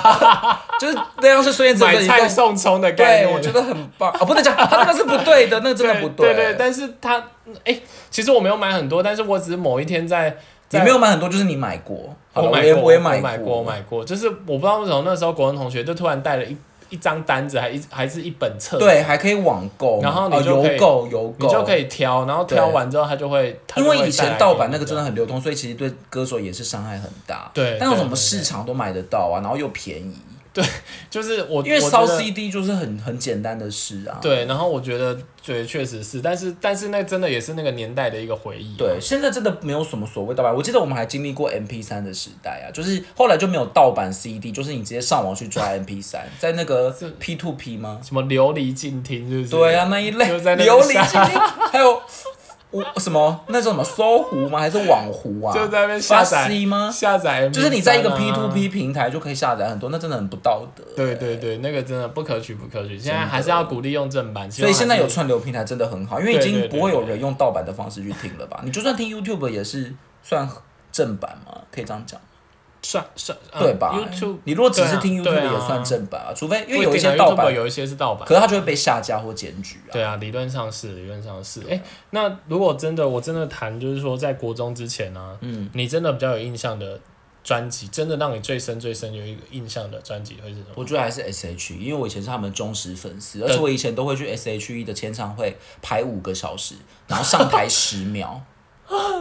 就是那样是孙燕姿 的买一菜个。送葱的概对，念，我觉得很棒啊！不能讲，他那个是不对的，那个真的不对对，但是他哎、其实我没有买很多，但是我只是某一天在你在没有买很多，就是你买过。好了我买我也过，我也买买过，我买过。就是我不知道为什么那时候国文同学就突然带了一一张单子，还一还是一本册，，对，还可以网购，然后你哦就可以邮购邮你购，就可以挑，然后挑对完之后他就会，他因就会为带以前来盗给版你那个真的这样很流通，所以其实对歌手也是伤害很大。对但是对什么对市场都买得到啊，然后又便宜，就是我因为我烧觉得 CD 就是很很简单的事啊。对，然后我觉得对，确实是，但是但是那真的也是那个年代的一个回忆、啊对，，现在真的没有什么所谓盗版。我记得我们还经历过 MP 三的时代啊，就是后来就没有盗版 CD，就是你直接上网 去抓 MP 三，在那个 P two P 吗？什么琉璃静听是不是？对啊，那一类就在那个琉璃精灵，还有我什么那叫什么搜狐吗？还是网狐啊？就在那边下发载 C 吗？下载 MP3 啊、就是你在一个 P to P 平台就可以下载很多，那真的很不道德。对对对，那个真的不可取，不可取。现在还是要鼓励用正版，希所望以现在还有是串流平台真的很好，因为已对经对不会有人用盗版的方式去听了吧？你就算听 YouTube 也是算正版嘛，可以这样讲，算算、嗯对吧？YouTube，你如果只是听对啊 YouTube 也算正版啊，除非因为有不一定啊些盗 YouTube 版，有一些是盗版。可是它就会被下架或检举啊。对啊，理论上是，理论上是。哎、那如果真的，我真的谈，就是说，在国中之前呢、嗯，你真的比较有印象的专辑，真的让你最深最深有一个印象的专辑会是什么？我觉得还是 S H E，因为我以前是他们的忠实粉丝，而且我以前都会去 S H E 的签唱会排五个小时，然后上台十秒。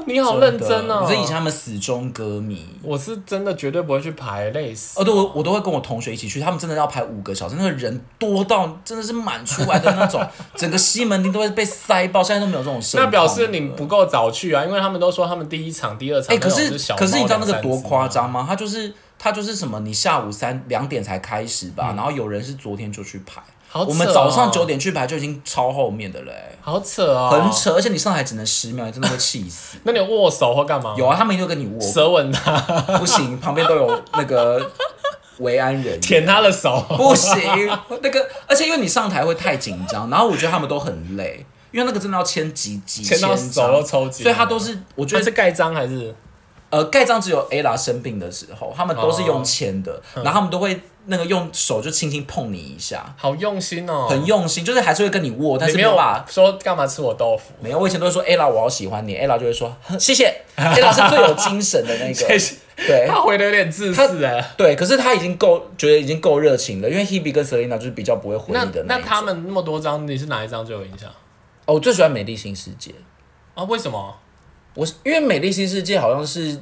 你 好认真哦、我是以前他们死忠歌迷。我是真的绝对不会去排，累死。哦，对，我我都会跟我同学一起去，他们真的要排五个小时，那个人多到真的是满出来的那种， 整个西门町都会被塞爆，现在都没有这种盛况那了。表示你不够早去啊，因为他们都说他们第一场、第二场哎、可那种是是小猫可两三只嘛，是你知道那个多夸张吗？他就是他就是什么，你下午三两点才开始吧，然后有人是昨天就去排，好扯哦我们早上九点去排就已经超后面的嘞、欸好扯哦，。很。扯，而且你上台只能十秒，你真的会气死 那你有握手或干嘛？有啊，他们一定会跟你握舌吻他，不行，旁边都有那个维安人， 舔他的手。不行，那个，而且因为你上台会太紧张，然后我觉得他们都很累，因为那个真的要签几几签千到张，手都抽筋所以他都啊是我觉这得是盖章还是？呃盖章只有 Ella 生病的时候，他们都是用签哦的，嗯然后他们都会那个用手就轻轻碰你一下，好用心哦，很用心，就是还是会跟你握，但你是没没有有办法。说干嘛吃我豆腐？没有，我以前都会说 Ella 我好喜欢你，Ella 就会说呵谢谢，Ella 是最有精神的 那谢个，谢。对他回的有点自私哎。对，可是他已经够觉得已经够热情了，因为 Hebe 跟 Selina 就是比较不会回那你的那一种他们那么多张，你是哪一张最有印象？哦，我最喜欢《美丽新世界》。啊，为什么？我是因为《美丽新世界》好像是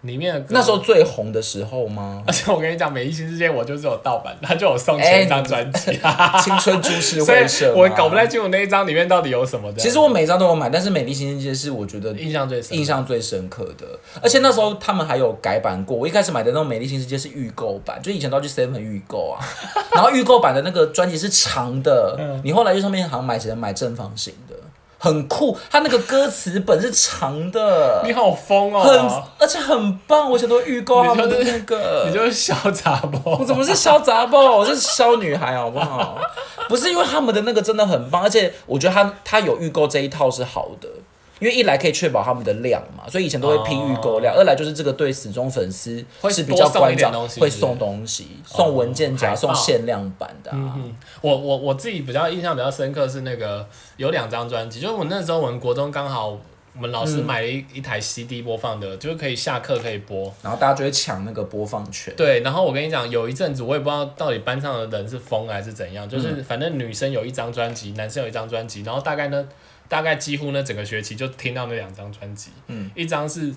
里面的歌那时候，最红的时候吗？ 而且我跟你讲，《美丽新世界》我就是有盗版， 他就有送哎前一张专辑，啊青春株式所会社以吗，我搞不太清楚那一张里面到底有什么的。其实我每张都有买，但是《美丽新世界》是我觉得印象最深，印象最深刻的，而且那时候他们还有改版过。我一开始买的那种《美丽新世界》是预购版，就以前都要去 Seven 预购啊， 嗯然后预购版的那个专辑是长的，你后来去上面好像买只能买正方形的。很酷，它那个歌词本是长的，你好疯很哦！而且很棒，我想都预购他们的你就那个。你就是小杂我 包，怎么是小杂包？我是小女孩，好不好？不是因为他们的那个真的很棒，而且我觉得他他有预购这一套是好的，因为一来可以确保他们的量嘛，所以以前都会拼预购量；二来就是这个对死忠粉丝会是比较多送关照一点东西是不，是会送东西，送文件夹，海报送限量版的、啊。我我我自己比较印象比较深刻是那个有两张专辑，就是我那时候我们国中刚好我们老嗯师买了一、一台 CD 播放的，就是可以下课可以播。然后大家就会抢那个播放权。对，然后我跟你讲，有一阵子我也不知道到底班上的人是疯了还是怎样，嗯就是反正女生有一张专辑，男生有一张专辑，然后大概呢，大概几乎呢整个学期就听到那两张专辑，嗯，一张是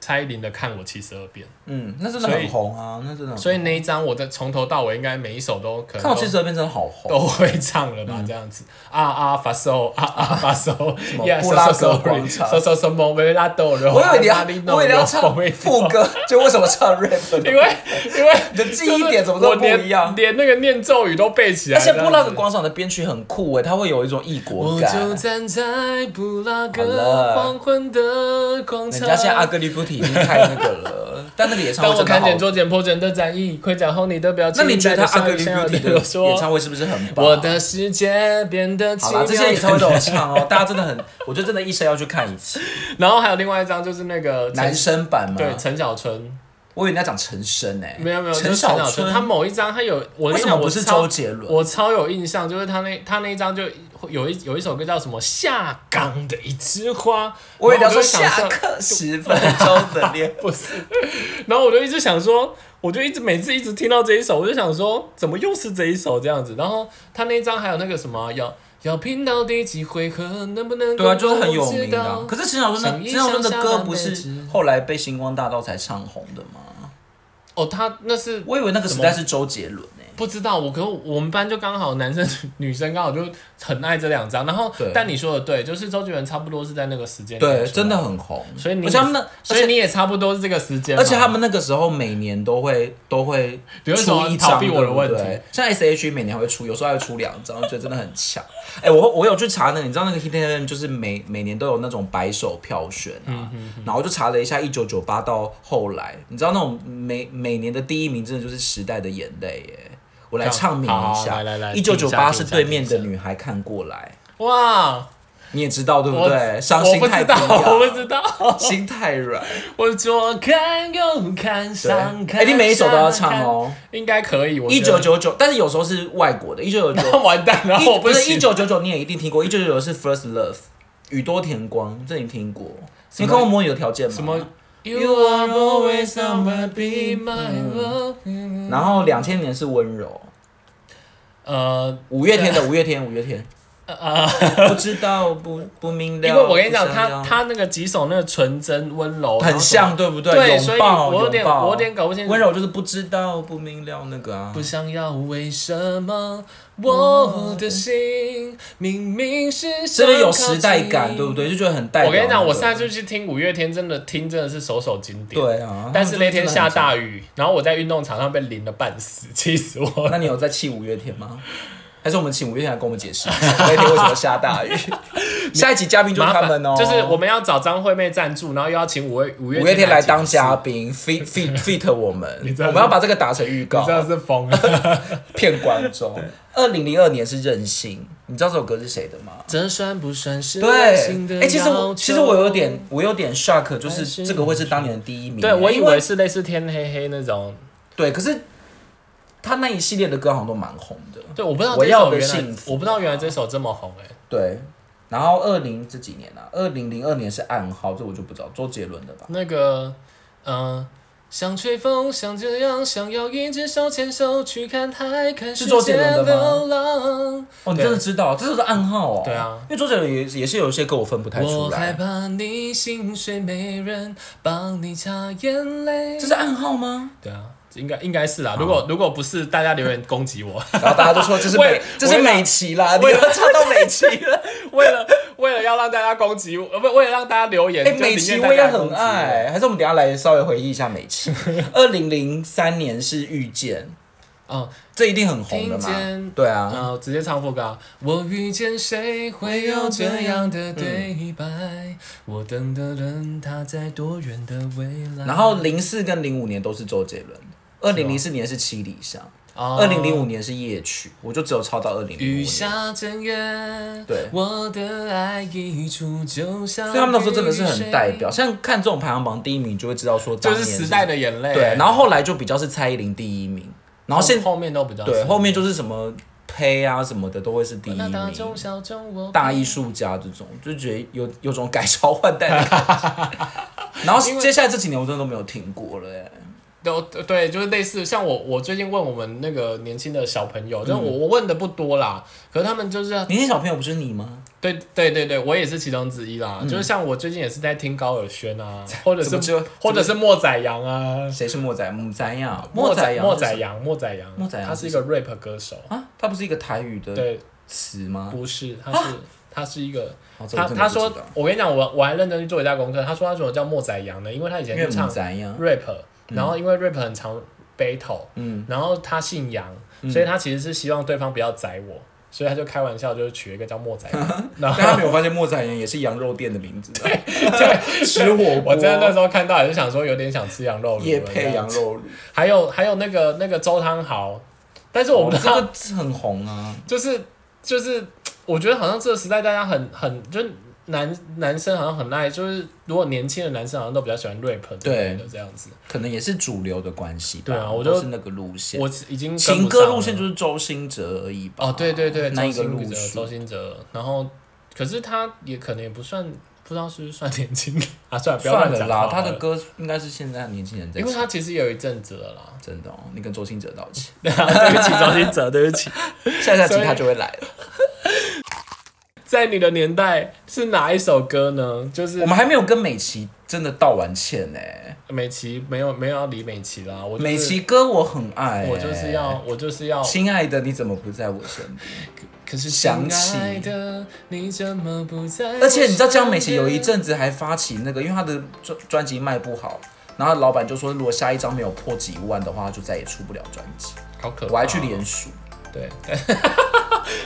蔡依林的《看我七十二变嗯，那真的所以很红啊，那真的很》，红。所以那一张我的从头到尾应该每一首都可能看都我其实这边真的好红。都会唱了吧，这样子啊啊发嗦啊啊发嗦么，yeah 布拉 so 格 so 广场 sorry，so so so mo v e la do 我以为你要，我以为你要唱副歌，就为什么唱 rap？因为因为你的记忆点怎么我都不连一样？连那个念咒语都背起来。而且布拉这样子格广场的编曲很酷欸诶，它会有一种异国我感。就站在布拉好格了黄昏的广人场。家现在阿格里布提已经太那个了，但那个演唱当我会真的看好见。周简坡人的战役，盔甲后你的表情。那你觉得他阿格里布提对的我说演唱会是不是很棒？我的世界变得奇好啦，妙。这些演唱会都有唱 哦，大家真的很，我觉得真的一生要去看一次。然后还有另外一张就是那个男陈生版嘛，对陈小春，我以为你要讲陈升诶，没有没有，就嗯陈是陈小小春春，他某一张他有，我跟为你什么讲，我不是超周杰伦？我超有印象，就是他那他那一张就有一有一首歌叫什么《下岗的一枝花》，我也然要后就说想下说，课十分钟的恋，不是，然后我就一直想说，我就一直每次一直听到这一首，我就想说，怎么又是这一首这样子？然后他那一张还有那个什么要要拼到第几回合，能不能对啊，就够是很有我知名的啊道。可是陈小春的想一陈小春的想歌下不半辈是子后来被星光大道才唱红的吗？哦，他那是我以为那个时代是周杰伦欸诶。不知道，我可我们班就刚好男生女生刚好就很爱这两张，然后对但你说的对，就是周杰伦差不多是在那个时间对，点出来真的，很红。啊所以你而且他们那，而所以且你也差不多是这个时间嘛，而且他们那个时候每年都会都会有一种出一逃张，避我的问题对不对像 S H E 每年还会出，有时候还会出两张，我觉得真的很强。 哎、我我有去查那个，你知道那个 Hit M 就是每每年都有那种白手票选嗯啊，然后我就查了一下，一九九八到后来，你知道那种每每年的第一名真的就是《时代的眼泪》耶。我来唱名好一好下来来来，一九九八是听一下对面的听一下女孩看过来，哇，你也知道对不我对？伤我心不太知道，不一样我不知道，心太软。 我左看右看对，上看，哎、你每一首都要唱下看，哦。应该可以，我一觉九得九九，但是有时候是外国的，一九九 九，完蛋，然后我一不是行一九九九，你也一定听过，一九九九是 First Love，宇多田光，这你听过？你有看过《魔女的条件》吗？什么。 You are gonna always someone be my love。然后两千年是温柔，呃，五月天的五月天，五月天。不知道不不明了，因为我跟你讲，不想他要他那个几首那个纯真温柔，然后很什么像，对不对？对，拥所以抱我有点拥抱我有点搞不清楚温。柔就是不知道不明了那个啊不。想要为什么我的心明明是这这边有时代感，对不？对？就觉得很代我表那个。跟你讲，我上次去听五月天，真的听真的是首首经典。。对啊，但是那天下雨。大雨，然后我在运动场上被淋了半死，气死我了。那你有在气五月天吗？还是我们请五月天来跟我们解释一下五月天为什么下 大雨？下一集嘉宾就是麻他烦们哦，就是我们要找张惠妹赞助，然后又要请五月五月五月天来解当释嘉， 宾，fit fit fit 我们，你我真的是们要把这个打成预你告真，的是疯了。骗观众。二零零二年是任性，你知道这首歌是谁的吗？这算不算是 对，哎、哎、其实我其实我有点我有点 shock，就是这个会是当年的第一名。对我以因为为是类似天黑黑那种，对，可是他那一系列的歌好像都蛮红的。对，我不知道我这要首的原来幸福我不知道原来这首这么红哎、对，然后二零这几年啊，二零零二年是暗号，这我就不知道，周杰伦的吧？那个，嗯、想吹风，想这样，想要一直手牵手去看海，看世是周杰界伦的吗流浪。哦，你对真的知道，这是个暗号哦。对啊，因为周杰伦也也是有一些歌我分不太我出害来。怕你薪水没人帮你擦眼泪这。是暗号吗？对啊，应该应该是啦。如果如果不是，大家留言攻击我。 然后大家都说这是喂美，这我是跟你讲美琪啦，你要唱到美琪了。为了为了要让大家攻击我，呃，不，为了让大家留言， 哎，就美宁琪愿我也大家攻很击 爱，还是我们等一下来稍微回忆一下美琪。二零零三年是遇见，嗯，这一定很红的听嘛。见，对啊，呃，直接唱副歌。我遇见谁会有这样的对白？我等的人他在多远的未来？然后零四跟零五年都是周杰伦，二零零四年是七里香，哦，二零零五年是夜曲，我就只有抄到二零零五雨年。下正月，对我的爱溢出，就像所以他们那时候真的是很代表，像看这种排行榜第一名，你就会知道说雨水，当就是年时代的眼泪。对，然后后来就比较是蔡依林第一名，然后现后面都比较对是后面就是什么胚啊什么的都会是第一那大中名，小中我大艺术家这种就觉得有有种改朝换代的感 觉。然后接下来这几年我真的都没有听过了、欸，都呃对，就是类似像我，我最近问我们那个年轻的小朋友，但嗯我我问的不多啦，可是他们就是年轻小朋友不是你吗？对对对对，我也是其中之一啦。就是像我最近也是在听高尔宣啊，或者嗯怎么是就或者是莫宰阳啊，谁是莫仔？莫仔呀，莫仔莫仔宰阳，莫宰阳，莫宰阳他是一个 rap 歌手，啊，他不是一个台语的对，词吗？不是，他是他是一个。啊哦这我他真的他不知说道，我跟你讲，我我还认真去做一下功课。他说他怎么叫莫宰阳呢？因为他以前因为是唱母宅呀， rap，然后因为 rap 很常 battle，嗯，然后他姓杨，所以他其实是希望对方不要宰我，所以他就开玩笑就是取了一个叫莫宰 阳。 然但后他没有发现莫仔人也是羊肉店的名字，啊 吃火锅，我真的那时候看到也是想说有点想吃羊肉夜炉了，配羊肉炉，还有还有那个那个周汤豪，但是我不知道，哦这个很红啊，就是就是我觉得好像这个时代大家很很就是男男生好像很爱，就是如果年轻的男生好像都比较喜欢 rap 之类的这样子。可能也是主流的关系吧，对啊我就都是那个路线，我已经跟不上了情歌路线就是周兴哲而已吧，哦，对对对，那周一个兴路哲，周数，兴哲，然后可是他也可能也不算，不知道是不是算年轻 啊，算了，不要算乱了讲话啦，了他的，歌应该是现在年轻人在因为唱，他其实也有一阵子了 啦。真的哦，你跟周兴哲道歉，对不起，周兴哲，对不起。 下下集他就会来了，在你的年代是哪一首歌呢？就是我们还没有跟美琪真的道完歉呢、美琪没有没有要理美琪啦，我、就是、美琪哎歌我很爱、我就是要我就是要，亲爱的，你怎么不在我身边？可是想起亲爱的你怎么不在？而且你知道江美琪有一，阵子还发起那个，因为她的专专辑卖不好，然后老板就说如果下一张没有破几万的话，她就再也出不了专辑。好可怕，我还去联署，对，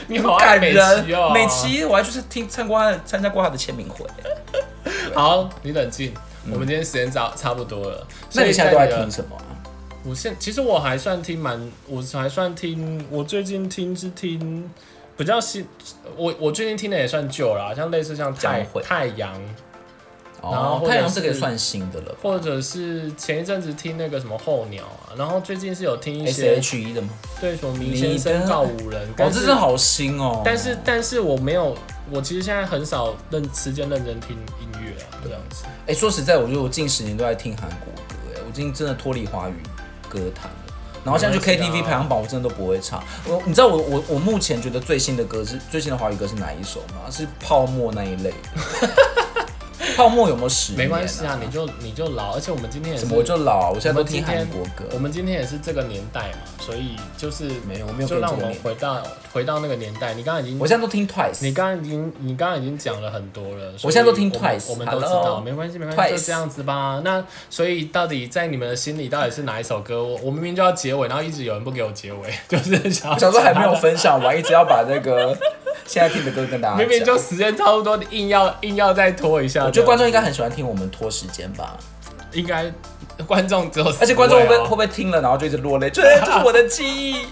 你好爱感美人琪哦，。美琪，我还去听参观她的参加过她的签名会。好，你冷静。我们今天时间差差不多了，嗯那所以你现在都在的听什么啊？我现其实我还算听蛮，我还算听，我最近听是听比较新，我我最近听的也算旧啦，像类似像太江蕙太阳，然后哦或，者太阳这个也是算新的了或者是前一阵子听那个什么候鸟啊，然后最近是有听一，S 些 H E 的吗？对什么明你先生的告五人，哦，但这是、真的好新哦。但是但是我没有，我其实现在很少认时间认真听音乐啊，这样子。哎、说实在，我觉得我近十年都在听韩国歌，哎，我今天真的脱离华语歌坛了。然后现在去没关系啊 KTV 排行榜，我真的都不会唱。我你知道我我我目前觉得最新的歌是最新的华语歌是哪一首吗？是泡沫那一类的。 泡沫有没有十年、没关系啊，你就你就老，而且我们今天也是怎么我就老啊？我现在我都们今听天韩国歌。我们今天也是这个年代嘛，所以就是没有我没有就让我跟们这个回到回到那个年代。你刚刚已经我，现在都听 Twice。你刚刚已经，你刚刚已经讲了很多了。所以我现在都听我们 Twice，我们都知 hello 道，没关系，没关系，就 Twice 这样子吧。那所以到底在你们的心里，到底是哪一首歌？我我明明就要结尾，然后一直有人不给我结尾， 就是想要我想说还没有讲分享，我还一直要把那个现在听的歌跟大家到。讲。明明就时间差不多，你硬要硬要再拖一下。我觉得观众应该很喜欢听我们拖时间吧。应该观众只有四位哦，而且观众会不 会、会不会听了然后就一直落泪？这这是我的记忆。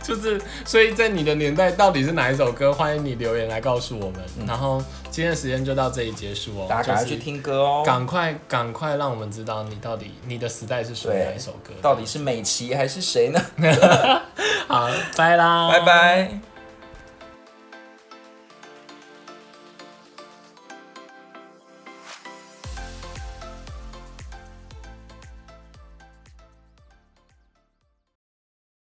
就是，所以在你的年代到底是哪一首歌？欢迎你留言来告诉我们。然后今天的时间就到这里结束哦，嗯大家赶快就是去，听歌哦。赶快赶快让我们知道你到底你的时代是属于哪一首歌。到底是美琪还是谁呢？好，拜啦，拜拜。